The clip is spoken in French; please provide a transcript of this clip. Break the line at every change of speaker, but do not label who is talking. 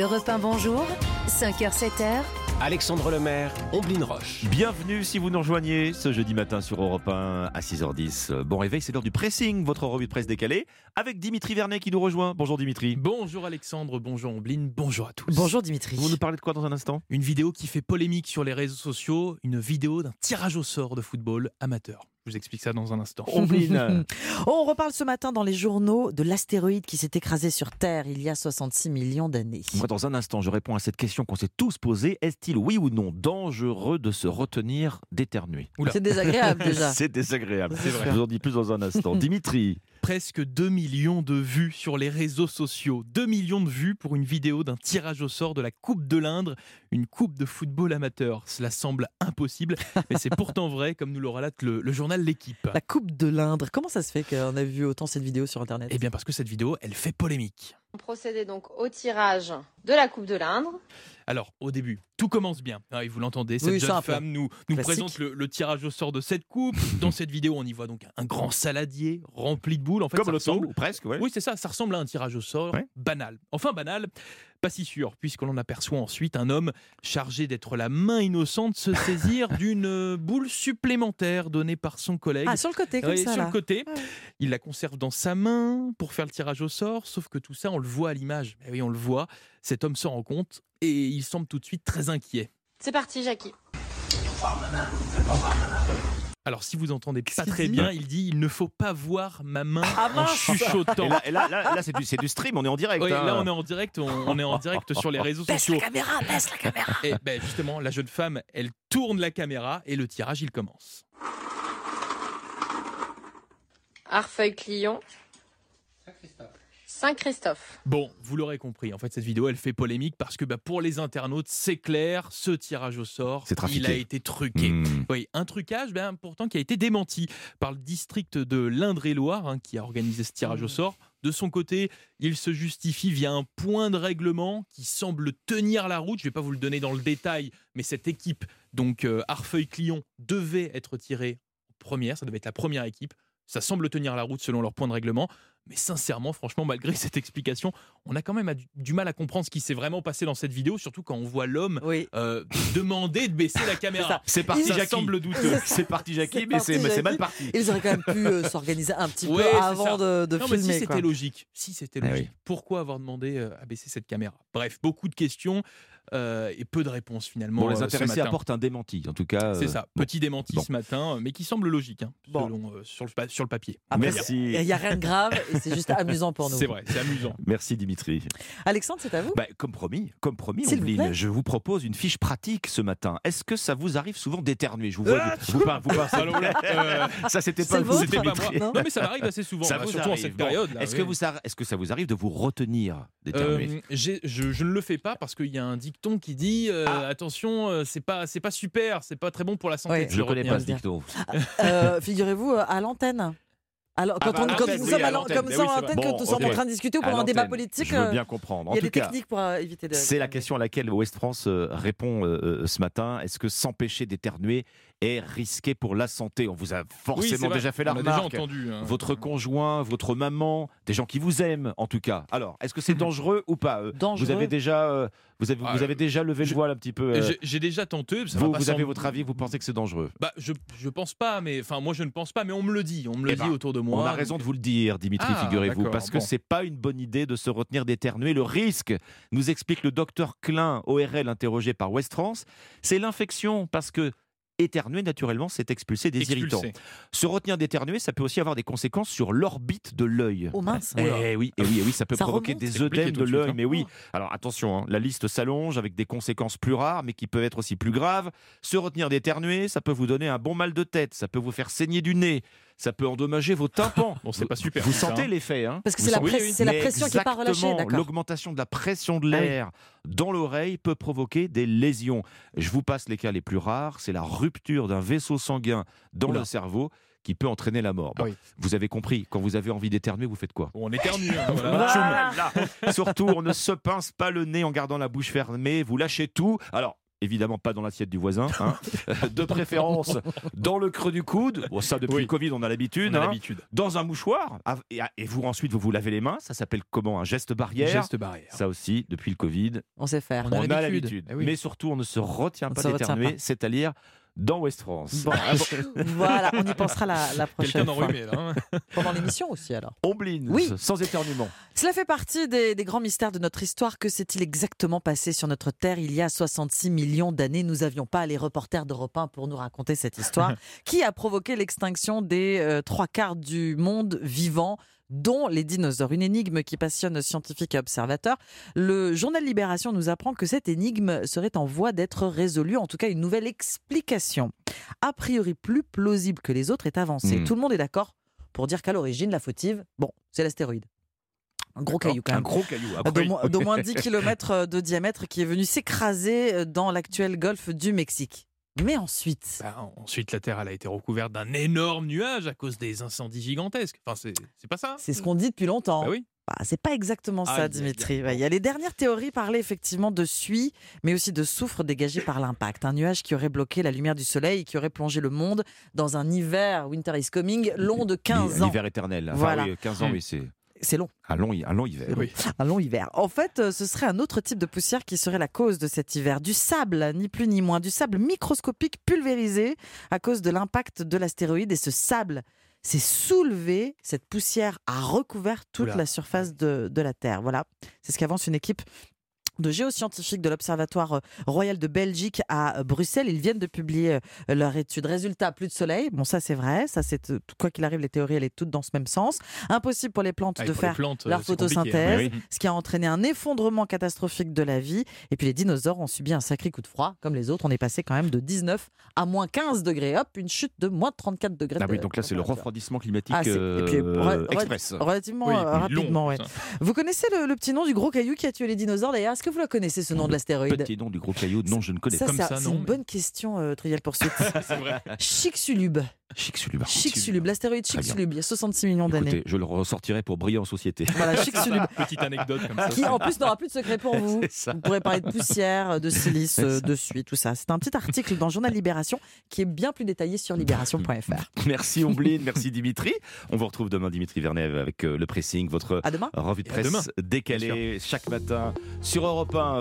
Europe 1 Bonjour, 5h-7h,
Alexandre Lemaire, Omblin Roche.
Bienvenue si vous nous rejoignez ce jeudi matin sur Europe 1 à 6h10. Euh, Bon réveil, c'est l'heure du pressing, votre revue de presse décalée, avec Dimitri Vernet qui nous rejoint. Bonjour Dimitri.
Bonjour Alexandre, bonjour Ambline, bonjour à tous.
Bonjour Dimitri.
Vous nous parlez de quoi dans un instant
Une vidéo qui fait polémique sur les réseaux sociaux, une vidéo d'un tirage au sort de football amateur. Je vous explique ça dans un instant.
Oh.
Omblin.
On reparle ce matin dans les journaux de l'astéroïde qui s'est écrasé sur Terre il y a 66 millions d'années.
Moi, dans un instant, je réponds à cette question qu'on s'est tous posée. Est-il, oui ou non, dangereux de se retenir d'éternuer
Oula.
C'est désagréable déjà.
C'est désagréable.
C'est vrai.
Je vous en dis plus dans un instant. Dimitri,
Presque 2 millions de vues sur les réseaux sociaux. 2 millions de vues pour une vidéo d'un tirage au sort de la Coupe de l'Indre, une coupe de football amateur. Cela semble impossible, mais c'est pourtant vrai, comme nous le relate le, le journal L'équipe.
La Coupe de l'Indre, comment ça se fait qu'on a vu autant cette vidéo sur Internet
Eh bien parce que cette vidéo, elle fait polémique.
On procédait donc au tirage de la Coupe de l'Indre.
Alors, au début, tout commence bien. Ah, et vous l'entendez, cette
Oui,
jeune
simple.
femme nous, nous
Classique.
présente le, le tirage au sort de cette coupe. Dans cette vidéo, on y voit donc un grand saladier rempli de boules. En fait, ça
comme le
ressemble.
ou presque, ouais.
Oui, c'est ça, ça ressemble à un tirage au sort
Ouais.
banal. Enfin, banal, pas si sûr, puisqu'on en aperçoit ensuite un homme chargé d'être la main innocente se saisir d'une euh, boule supplémentaire donnée par son collègue.
Ah, sur le côté, comme
ben, Oui,
ça
sur
là.
le côté.
Ouais.
Il la conserve dans sa main pour faire le tirage au sort, sauf que tout ça, on le voit à l'image. Eh oui, on le voit. Cet homme s'en rend compte et il semble tout de suite très inquiet.
C'est parti, Jackie.
Alors, si vous entendez pas
qu'il
très
dit
bien, il dit il ne faut pas voir ma main
Ah,
en
mince
chuchotant.
Et là, et là- là- là, c'est du, c'est du stream, on est en direct.
Oui,
hein.
là, on est en direct, on, on est en direct sur les réseaux
Baisse
sociaux.
la caméra, baisse la caméra.
Et ben, justement, la jeune femme, elle tourne la caméra et le tirage, il commence.
Arfeuille-Clion. Saint-Christophe.
Bon, vous l'aurez compris, en fait, cette vidéo, elle fait polémique parce que bah, pour les internautes, c'est clair, ce tirage au sort,
C'est trafiqué.
il a été truqué.
Hmm.
Oui, un trucage ben, pourtant qui a été démenti par le district de l'Indre-et-Loire hein, qui a organisé ce tirage au sort. De son côté, il se justifie via un point de règlement qui semble tenir la route. Je ne vais pas vous le donner dans le détail, mais cette équipe, donc euh, Arfeuille-Clion, devait être tirée en première. Ça devait être la première équipe. Ça semble tenir la route selon leur point de règlement. Mais sincèrement, franchement, malgré cette explication, on a quand même du- du mal à comprendre ce qui s'est vraiment passé dans cette vidéo, surtout quand on voit l'homme
Oui.
euh, demander de baisser la caméra.
C'est parti,
Ça
Jackie.
semble douteux.
C'est parti, Jackie, mais c'est
C'est parti,
mais c'est mal
Jackie.
parti.
Ils auraient quand même pu euh, s'organiser un petit
Ouais,
peu
c'est ça.
avant de, de
non, mais si
filmer. quoi.
c'était logique, si c'était
Ah oui.
logique, pourquoi avoir demandé euh, à baisser cette caméra Bref, beaucoup de questions euh, et peu de réponses finalement.
Bon,
euh,
les
ce
intéressés
matin.
apportent un démenti, en tout cas.
C'est
euh,
ça,
bon.
petit démenti
Bon.
ce matin, euh, mais qui semble logique hein,
Bon.
selon, euh, sur, le, pa- sur le papier.
Après,
Merci.
Il n'y a rien de grave et c'est juste amusant pour nous.
C'est vrai, c'est amusant.
Merci Dimitri.
Alexandre, c'est à vous
Bah, comme promis, comme promis,
S'il vous
Omblin,
plaît.
je vous propose une fiche pratique ce matin. Est-ce que ça vous arrive souvent d'éternuer Je vous vois,
Ah,
vous, vous pas- vous pas-
Alors là, euh,
ça c'était
C'est
pas
le
vous,
vôtre
c'était
c'était pas moi.
Dimitri.
Non, mais ça m'arrive assez souvent,
Ça
là,
vous
surtout en
arrive.
cette
Bon.
période. là,
Est-ce
oui.
que vous ar- est-ce que ça vous arrive de vous retenir d'éternuer
Euh, j'ai- je, je ne le fais pas parce qu'il y a un dicton qui dit euh, attention, euh, c'est pas, c'est pas super, c'est pas très bon pour la santé.
Ah. Ouais.
de
Je
se
ne connais
retenir.
pas ce dicton.
Euh, Figurez-vous, euh, à l'antenne. Alors,
Ah
quand
bah,
on,
à
quand
l'antenne,
nous
oui,
sommes
à
à l'an-
l'antenne.
comme
Eh
ça
oui,
en
c'est
antenne,
vrai.
quand
Bon,
nous
ok.
sommes en train de discuter ou
À
pendant un débat
l'antenne,
politique,
Je veux
euh,
bien comprendre.
il
En
y a
tout
des
cas,
techniques pour euh, éviter de.
c'est la question à laquelle Ouest France euh, répond euh, euh, ce matin. Est-ce que s'empêcher d'éternuer est risqué pour la santé On vous a
Oui, c'est
forcément
vrai,
déjà fait la
on a
remarque.
Déjà entendu, hein.
votre conjoint, votre maman, des gens qui vous aiment en tout cas. Alors, est-ce que c'est dangereux ou pas Euh, Vous
Dangereux.
avez déjà, euh, vous avez,
Mhm. Ah,
vous avez déjà levé
je-
le voile un petit peu. euh,
J'ai- J'ai déjà tenté. ça
vous
va pas
vous avez
sans-
votre avis, vous pensez que c'est dangereux.
Bah, je, je pense pas, mais enfin, moi je ne pense pas, mais on me le dit, on me le
Eh
dit
ben,
autour de moi.
On a raison de vous le dire, Dimitri,
Ah,
figurez-vous,
d'accord,
parce que
bon.
c'est pas une bonne idée de se retenir d'éternuer. Le risque, nous explique le docteur Klein, ORL interrogé par West France, c'est l'infection, parce que éternuer naturellement, c'est expulser des
Expulsé.
irritants. Se retenir d'éternuer, ça peut aussi avoir des conséquences sur l'orbite de l'œil.
Oh mince.
Eh oui, eh oui, eh oui, ça peut
Ça
provoquer
remonte. Oh.
des
C'est compliqué
œdèmes
tout
de
de suite,
l'œil,
hein.
mais oui. Alors attention, hein, la liste s'allonge avec des conséquences plus rares, mais qui peuvent être aussi plus graves. Se retenir d'éternuer, ça peut vous donner un bon mal de tête, ça peut vous faire saigner du nez, ça peut endommager vos tympans.
Bon, c'est pas super,
Vous
ça,
sentez
hein.
l'effet, hein
Parce que
Vous
c'est la,
sentez-
oui,
presse-
oui.
c'est la
Mais
pression qui n'est pas relâchée,
exactement,
d'accord Ah
L'augmentation de la pression de l'air dans l'oreille peut provoquer des lésions. Je vous passe les cas les plus rares. C'est la rupture d'un vaisseau sanguin dans
Oula.
le cerveau qui peut entraîner la mort.
Ah
Bon,
oui.
Vous avez compris, quand vous avez envie d'éternuer, vous faites quoi
On éternue. hein, voilà.
Surtout, on ne se pince pas le nez en gardant la bouche fermée, vous lâchez tout. Alors, Évidemment pas dans l'assiette du voisin, hein. de préférence dans le creux du coude. Bon, ça depuis
Oui.
le Covid on a l'habitude.
On a
hein.
l'habitude.
Dans un mouchoir Ah, et, et vous ensuite vous vous lavez les mains. Ça s'appelle comment un geste barrière.
Geste barrière.
Ça aussi depuis le Covid
On sait faire.
On
on,
a
a
l'habitude.
l'habitude.
Eh oui.
Mais surtout on ne se retient
On
pas
se retient
d'éternuer, c'est-à-dire dans West France. Ah,
Bon, voilà, on y pensera la, la
Quelqu'un
prochaine fois.
d'enrhumé, là. hein.
Pendant l'émission aussi, alors.
Ombline,
Oui.
sans éternuement.
Cela fait partie des, des grands mystères de notre histoire. Que s'est-il exactement passé sur notre Terre il y a 66 millions d'années Nous n'avions pas les reporters d'Europe 1 pour nous raconter cette histoire. qui a provoqué l'extinction des euh, trois quarts du monde vivant dont les dinosaures. Une énigme qui passionne scientifiques et observateurs. Le journal Libération nous apprend que cette énigme serait en voie d'être résolue, en tout cas une nouvelle explication, a priori plus plausible que les autres, est avancée.
Mm.
Tout le monde est d'accord pour dire qu'à l'origine, la fautive, bon, c'est l'astéroïde. Un gros caillou quand
Un
même.
gros caillou. ah,
D'au
oui.
moins- D'au moins 10 km de diamètre qui est venu s'écraser euh, dans l'actuel golfe du Mexique. Mais ensuite,
Bah, ensuite, la Terre elle a été recouverte d'un énorme nuage à cause des incendies gigantesques. Enfin, c'est c'est pas ça.
c'est ce qu'on dit depuis longtemps.
Bah oui.
Bah, c'est pas exactement
Ah,
ça,
il y a-
Dimitri.
il
Ouais, Il y, a... les dernières théories parlaient effectivement de suie, mais aussi de soufre dégagé par l'impact. Un nuage qui aurait bloqué la lumière du soleil et qui aurait plongé le monde dans un hiver, Winter is Coming, long de 15 ans.
L'hiver éternel. Enfin,
Voilà.
oui, 15 ans,
Mm.
oui, c'est
C'est long,
un long, hi- un long hiver.
Oui.
un long hiver. En fait, euh, ce serait un autre type de poussière qui serait la cause de cet hiver. Du sable, ni plus ni moins. Du sable microscopique pulvérisé à cause de l'impact de l'astéroïde. Et ce sable s'est soulevé. Cette poussière a recouvert toute
Oula.
la surface de, de la Terre. Voilà. C'est ce qu'avance une équipe de géoscientifiques de l'Observatoire euh, royal de Belgique à euh, Bruxelles. Ils viennent de publier euh, leur étude. Résultat, plus de soleil. Bon, ça c'est vrai. Ça c'est euh, quoi qu'il arrive, les théories elles sont toutes dans ce même sens. Impossible pour les plantes
Ah, et
de
pour les
faire
plantes, euh,
la
c'est compliqué, hein. Mais
photosynthèse.
oui.
ce qui a entraîné un effondrement catastrophique de la vie. Et puis les dinosaures ont subi un sacré coup de froid, comme les autres. On est passé quand même de 19 à moins 15 degrés. Hop, une chute de moins 34 degrés.
Ah oui,
de
donc là, c'est le
température.
refroidissement climatique
Euh, Ah, c'est- et puis,
euh,
re- re-
express.
Relativement
Oui,
euh,
puis long,
rapidement, ouais.
ça.
Vous connaissez le, le petit nom du gros caillou qui a tué les dinosaures d'ailleurs Est-ce que vous le connaissez ce nom de l'astéroïde
Petit nom du gros caillou, non, je ne connais
ça,
comme
ça,
ça,
c'est
non,
une
mais-
bonne question, euh, Trivial Poursuite.
C'est vrai.
Chicxulub.
pas. Chicxulub.
Chicxulub, l'astéroïde
Très bien.
Chicxulub, il y a 66 millions d'années.
Écoutez, je le ressortirai pour briller en société.
Voilà, Chicxulub,
Petite anecdote comme ça.
qui en plus n'aura plus de secret pour vous.
C'est ça.
Vous pourrez parler de poussière, de silice, euh, de suie, tout ça. C'est un petit article dans le journal Libération qui est bien plus détaillé sur libération.fr.
Merci Ombline, merci Dimitri. On vous retrouve demain Dimitri Vernev avec euh, le pressing, votre
À demain.
revue de
Et à demain.
presse décalée chaque matin sur Europe 1.